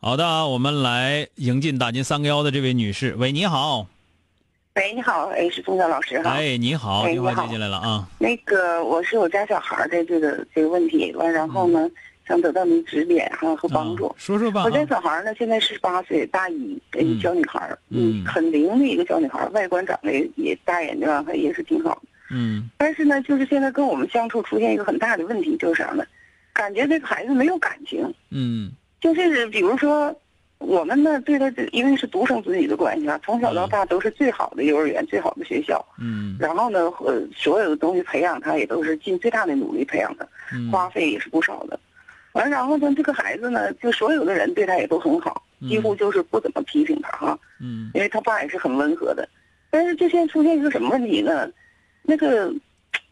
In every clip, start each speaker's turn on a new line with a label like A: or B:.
A: 好的，我们来迎进打进三个幺的这位女士。喂，你好，
B: 喂，你好，哎，是钟晓老师哈。
A: 哎，你好，
B: 哎
A: 电话
B: 你好
A: 接进来了啊。
B: 那个，我是有家小孩的这个这个问题，完然后呢，想得到您指点哈和帮助
A: 啊。说嗯说吧。
B: 我家
A: 啊
B: 小孩呢，现在十八岁，大一，哎
A: 嗯，
B: 小女孩儿，
A: 嗯
B: 很灵的一个小女孩儿，外观长得也也大眼睛啊，还也是挺好的。
A: 嗯
B: 但是呢，就是现在跟我们相处出现一个很大的问题，就是啥呢？感觉这个孩子没有感情，
A: 嗯
B: 就是比如说，我们呢对他，因为是独生子女的关系啊，从小到大都是最好的幼儿园、最好的学校，
A: 嗯
B: 然后呢，呃，所有的东西培养他也都是尽最大的努力培养他，
A: 嗯
B: 花费也是不少的。完，然后呢，这个孩子呢，就所有的人对他也都很好，
A: 嗯
B: 几乎就是不怎么批评他哈、
A: 嗯
B: 因为他爸也是很温和的。但是就现在出现一个什么问题呢？那个，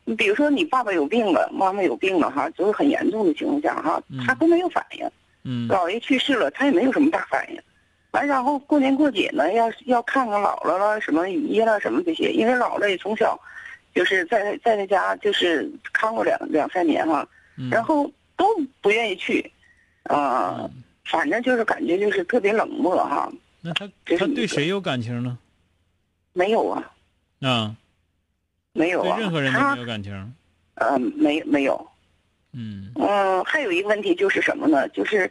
B: 你比如说你爸爸有病了，妈妈有病了哈，就是很严重的情况下哈
A: 嗯，
B: 他都没有反应。
A: 嗯
B: 姥爷去世了，他也没有什么大反应。完，然后过年过节呢，要要看看姥姥了，什么姨爷了，什么这些。因为姥姥也从小，就是在在那家就是看过两两三年哈，
A: 嗯，
B: 然后都不愿意去，啊、
A: 嗯
B: 反正就是感觉就是特别冷漠哈，
A: 那他
B: 这是
A: 他
B: 一
A: 对
B: 个
A: 谁有感情呢？
B: 没有啊，
A: 啊，
B: 没有
A: 对
B: 啊，
A: 任何人都
B: 他
A: 没有感情。
B: 呃没没有，
A: 嗯，
B: 嗯，还有一个问题就是什么呢？就是，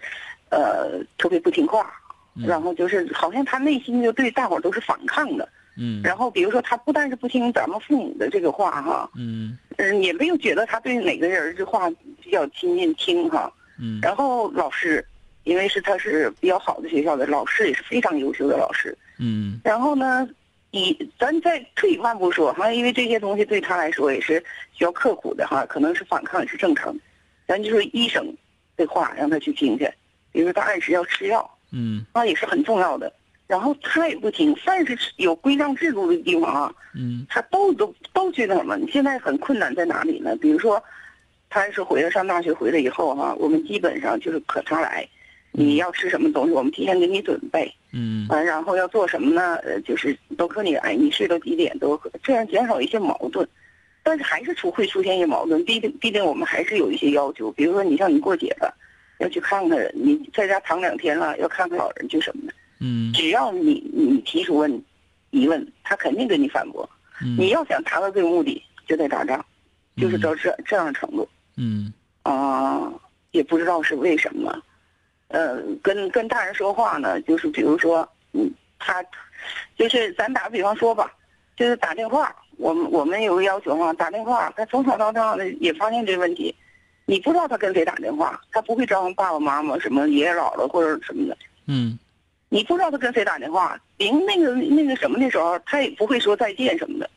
B: 呃，特别不听话，
A: 嗯
B: 然后就是好像他内心就对大伙儿都是反抗的。
A: 嗯，
B: 然后比如说他不但是不听咱们父母的这个话哈，
A: 嗯
B: 嗯，也没有觉得他对哪个人儿这话比较亲近听哈。
A: 嗯
B: 然后老师，因为是他是比较好的学校的老师，也是非常优秀的老师。
A: 嗯
B: 然后呢，以咱再退一万步说哈，因为这些东西对他来说也是需要刻苦的哈，可能是反抗也是正常的。咱就说医生的话让他去听去，比如说他按时要吃药，
A: 嗯
B: 那也是很重要的。然后他也不听，凡是有规章制度的地方啊，
A: 嗯
B: 他都都都觉得什么？你现在很困难在哪里呢？比如说，他是回来上大学回来以后哈、我们基本上就是可查来，你要吃什么东西，我们提前给你准备，
A: 嗯
B: 完、然后要做什么呢？呃，就是都和你哎，你睡到几点都这样减少一些矛盾，但是还是出会出现一些矛盾，毕竟毕竟我们还是有一些要求，比如说你像你过节了，要去看看人，你在家躺两天了，要看看老人去什么的，
A: 嗯
B: 只要你你提出问疑问，他肯定跟你反驳。
A: 嗯，
B: 你要想达到这个目的，就得打仗，就是到这这样的程度
A: 嗯
B: 啊、也不知道是为什么。呃，跟跟大人说话呢，就是比如说，嗯，他就是咱打个比方说吧，就是打电话，我们我们有个要求哈，打电话，他从小到大的也发现这个问题，你不知道他跟谁打电话，他不会招呼爸爸妈妈什么爷爷姥姥或者什么的，
A: 嗯
B: 你不知道他跟谁打电话，临那个那个什么的时候，他也不会说再见什么的，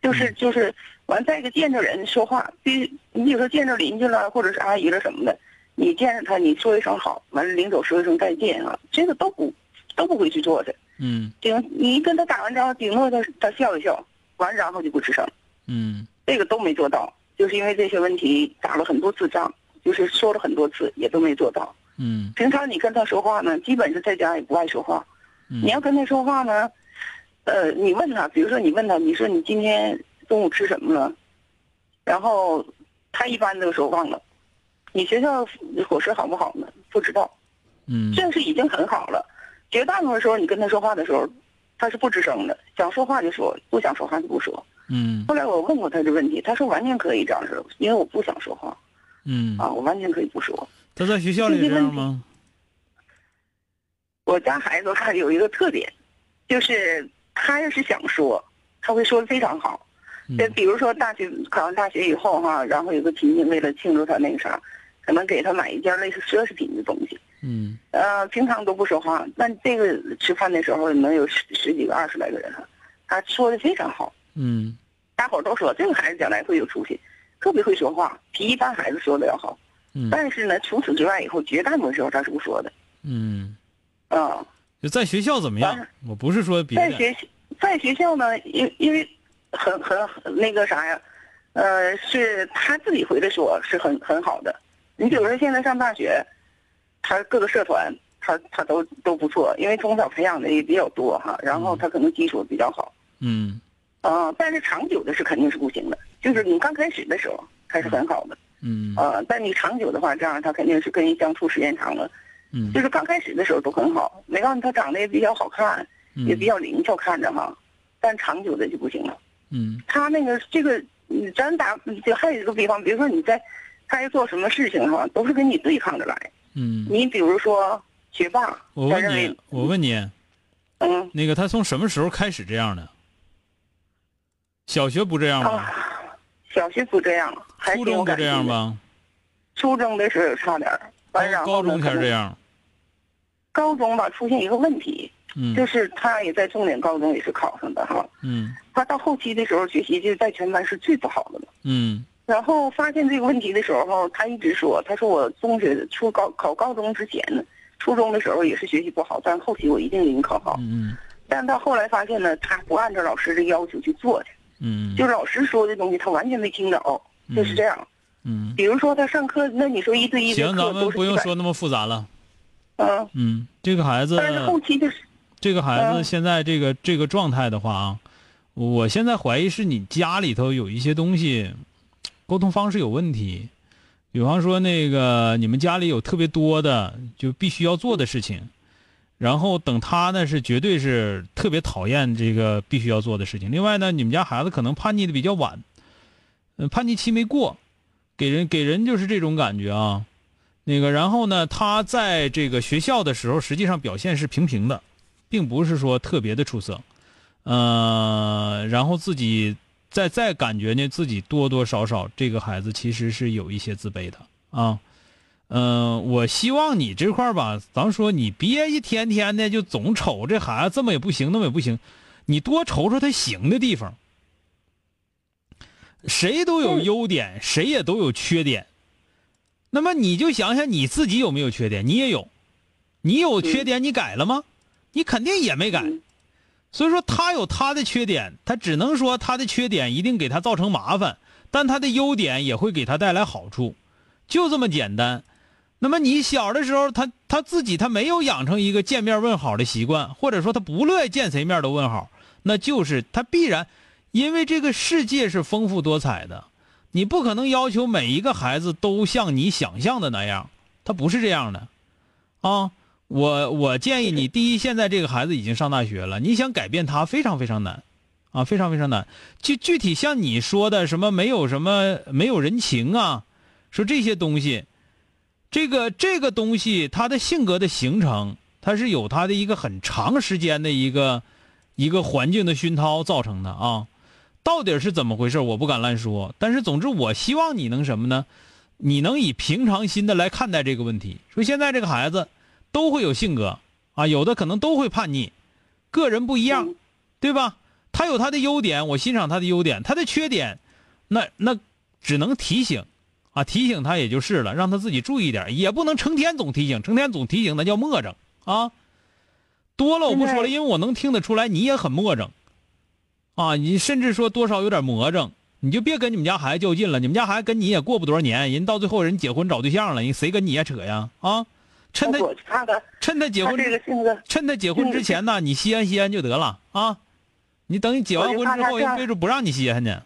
B: 就是就是完再一个见着人说话，比你比如说见着邻居了或者是阿姨了什么的，你见着他你说一声好，完了临走说一声再见啊，这个都不都不会去做的。
A: 嗯
B: 顶你跟他打完招呼，顶多他他笑一笑，完然后就不吱声，
A: 嗯
B: 这个都没做到，就是因为这些问题打了很多次仗，就是说了很多次也都没做到。
A: 嗯
B: 平常你跟他说话呢，基本是在家也不爱说话。
A: 嗯，
B: 你要跟他说话呢，呃，你问他，比如说你问他，你说你今天中午吃什么了，然后他一般都说忘了。你学校伙食好不好呢？不知道，
A: 嗯
B: 这是已经很好了。绝大部分时候你跟他说话的时候，他是不吱声的，想说话就说，不想说话就不说。
A: 嗯
B: 后来我问过他这问题，他说完全可以这样式，因为我不想说话
A: 嗯，
B: 啊，我完全可以不说。
A: 他在学校里这样吗？
B: 我家孩子他有一个特点，就是他要是想说，他会说的非常好。
A: 嗯
B: 这比如说大学考上大学以后哈、然后有个亲戚为了庆祝他那个啥，可能给他买一件类似奢侈品的东西。
A: 嗯
B: 呃，平常都不说话，但这个吃饭的时候能有十十几个、二十来个人哈，他说的非常好，
A: 嗯
B: 大伙儿都说这个孩子将来会有出息，特别会说话，比一般孩子说的要好。
A: 嗯
B: 但是呢，除此之外以后，绝大部分时候他是不说的。
A: 嗯，
B: 嗯，
A: 就在学校怎么样
B: 但？
A: 我不是说别
B: 在
A: 的，
B: 学习在学校呢，因因为很很很那个啥呀，呃，是他自己回来说是很很好的。你比如说现在上大学，他各个社团他他都都不错，因为从小培养的也比较多哈，然后他可能基础比较好。
A: 嗯
B: 啊、但是长久的是肯定是不行的，就是你刚开始的时候他是很好的，
A: 嗯
B: 啊，但你长久的话，这样他肯定是跟人相处时间长了，
A: 嗯
B: 就是刚开始的时候都很好。没告诉你他长得也比较好看，也
A: 嗯
B: 比较灵巧，看着哈，但长久的就不行了。
A: 嗯
B: 他那个这个，嗯咱打就还有一个比方，比如说你在该做什么事情哈，都是跟你对抗着来。
A: 嗯。
B: 你比如说学霸，
A: 我
B: 他
A: 问
B: 认为
A: 你，我问你，
B: 嗯
A: 那个他从什么时候开始这样的？小学不这样吗？
B: 啊，小学不这样，还
A: 初
B: 挺
A: 中
B: 有
A: 不
B: 感
A: 这
B: 情
A: 样
B: 的？
A: 吧？
B: 初中的时候差点儿，完然
A: 高
B: 后
A: 高
B: 呢
A: 中才
B: 可能
A: 这样。
B: 高中吧出现一个问题，
A: 嗯
B: 就是他也在重点高中也是考上的哈，
A: 嗯
B: 他到后期的时候学习就在全班是最不好的了。
A: 嗯
B: 然后发现这个问题的时候，他一直说：“他说我中学初高考高中之前呢，初中的时候也是学习不好，但后期我一定给你考好。
A: 嗯
B: 但到后来发现呢，他不按照老师的要求去做去，
A: 嗯
B: 就是老师说的东西他完全没听着，就是这样。
A: 嗯。
B: 比如说他上课，那你说一对一的
A: 行，
B: 课
A: 咱
B: 都
A: 们
B: 是
A: 不用
B: 几百
A: 说那么复杂了。
B: 嗯，
A: 嗯，这个孩子，
B: 但是后期就是
A: 这个孩子
B: 嗯
A: 现在这个这个状态的话啊，我现在怀疑是你家里头有一些东西沟通方式有问题，比方说那个你们家里有特别多的就必须要做的事情，然后等他呢是绝对是特别讨厌这个必须要做的事情。另外呢，你们家孩子可能叛逆的比较晚，嗯，叛逆期没过，给人给人就是这种感觉啊。那个，然后呢，他在这个学校的时候，实际上表现是平平的，并不是说特别的出色，呃，然后自己再再感觉呢，自己多多少少这个孩子其实是有一些自卑的啊，嗯、我希望你这块儿吧，咱说你别一天天的就总瞅这孩子这么也不行，那么也不行，你多瞅瞅他行的地方。谁都有优点，谁也都有缺点。那么你就想想你自己有没有缺点，你也有，你有缺点你改了吗？你肯定也没改。
B: 嗯
A: 所以说他有他的缺点，他只能说他的缺点一定给他造成麻烦，但他的优点也会给他带来好处，就这么简单。那么你小的时候，他他自己他没有养成一个见面问好的习惯，或者说他不乐意见谁面都问好，那就是他必然，因为这个世界是丰富多彩的，你不可能要求每一个孩子都像你想象的那样，他不是这样的，啊，我我建议你，第一，现在这个孩子已经上大学了，你想改变他非常非常难，啊，非常非常难。具具体像你说的什么没有什么没有人情啊，说这些东西，这个这个东西他的性格的形成，它是有他的一个很长时间的一个一个环境的熏陶造成的啊。到底是怎么回事，我不敢乱说。但是总之，我希望你能什么呢？你能以平常心的来看待这个问题。说现在这个孩子都会有性格啊，有的可能都会叛逆，个人不一样
B: 嗯，
A: 对吧？他有他的优点，我欣赏他的优点；他的缺点，那那只能提醒啊，提醒他也就是了，让他自己注意点，也不能成天总提醒，成天总提醒那叫磨蹭啊。多了我不说了，
B: 对
A: 因为我能听得出来你也很磨蹭，啊，你甚至说多少有点魔怔，你就别跟你们家孩子较劲了。你们家孩子跟你也过不多少年，人到最后人结婚找对象了，人谁跟你也扯呀？啊，趁他
B: 我看看
A: 趁他结
B: 他
A: 婚
B: 这个性格，
A: 趁他结婚之前呢，你歇歇就得了啊。你等你结完
B: 我就
A: 婚
B: 怕
A: 之
B: 他
A: 后，
B: 这
A: 人
B: 样
A: 非说不让你歇呢。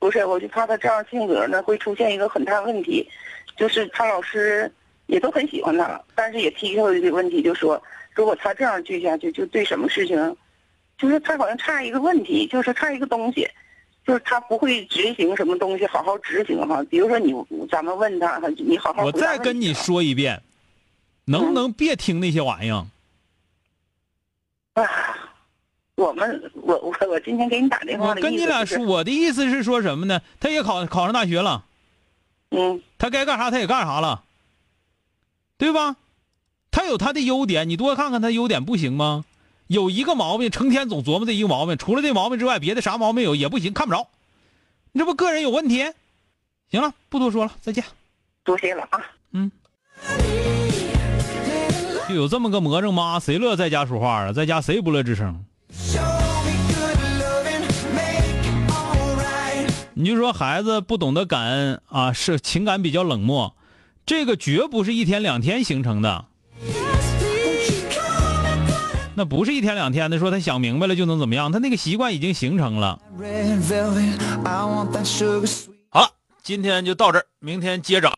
B: 不是，我就怕他这样性格呢会出现一个很大问题，就是他老师也都很喜欢他，但是也提出一个问题，就说如果他这样继续下去，就对什么事情，就是他好像差一个问题，就是差一个东西，就是他不会执行什么东西，好好执行哈。比如说你，咱们问他，他你好好
A: 我
B: 回答
A: 再
B: 问题
A: 跟你
B: 啊，
A: 说一遍，能不
B: 嗯
A: 能别听那些玩意儿？
B: 啊，我们我我我今天给你打电话
A: 我
B: 的
A: 跟
B: 意
A: 你
B: 思
A: 俩
B: 就是
A: 说，我的意思是说什么呢？他也考考上大学了，
B: 嗯
A: 他该干啥他也干啥了，对吧？他有他的优点，你多看看他优点不行吗？有一个毛病，成天总琢磨这一个毛病，除了这毛病之外，别的啥毛病有也不行，看不着。你这不个人有问题？行了，不多说了，再见。
B: 多谢了啊。
A: 就有这么个魔怔妈，谁乐在家说话啊？在家谁不乐吱声？你就说孩子不懂得感恩啊，是情感比较冷漠，这个绝不是一天两天形成的，那不是一天两天的。说他想明白了就能怎么样，他那个习惯已经形成了。
C: Red velvet, I want that sugar sweet.
D: 好了，今天就到这儿，明天接着。啊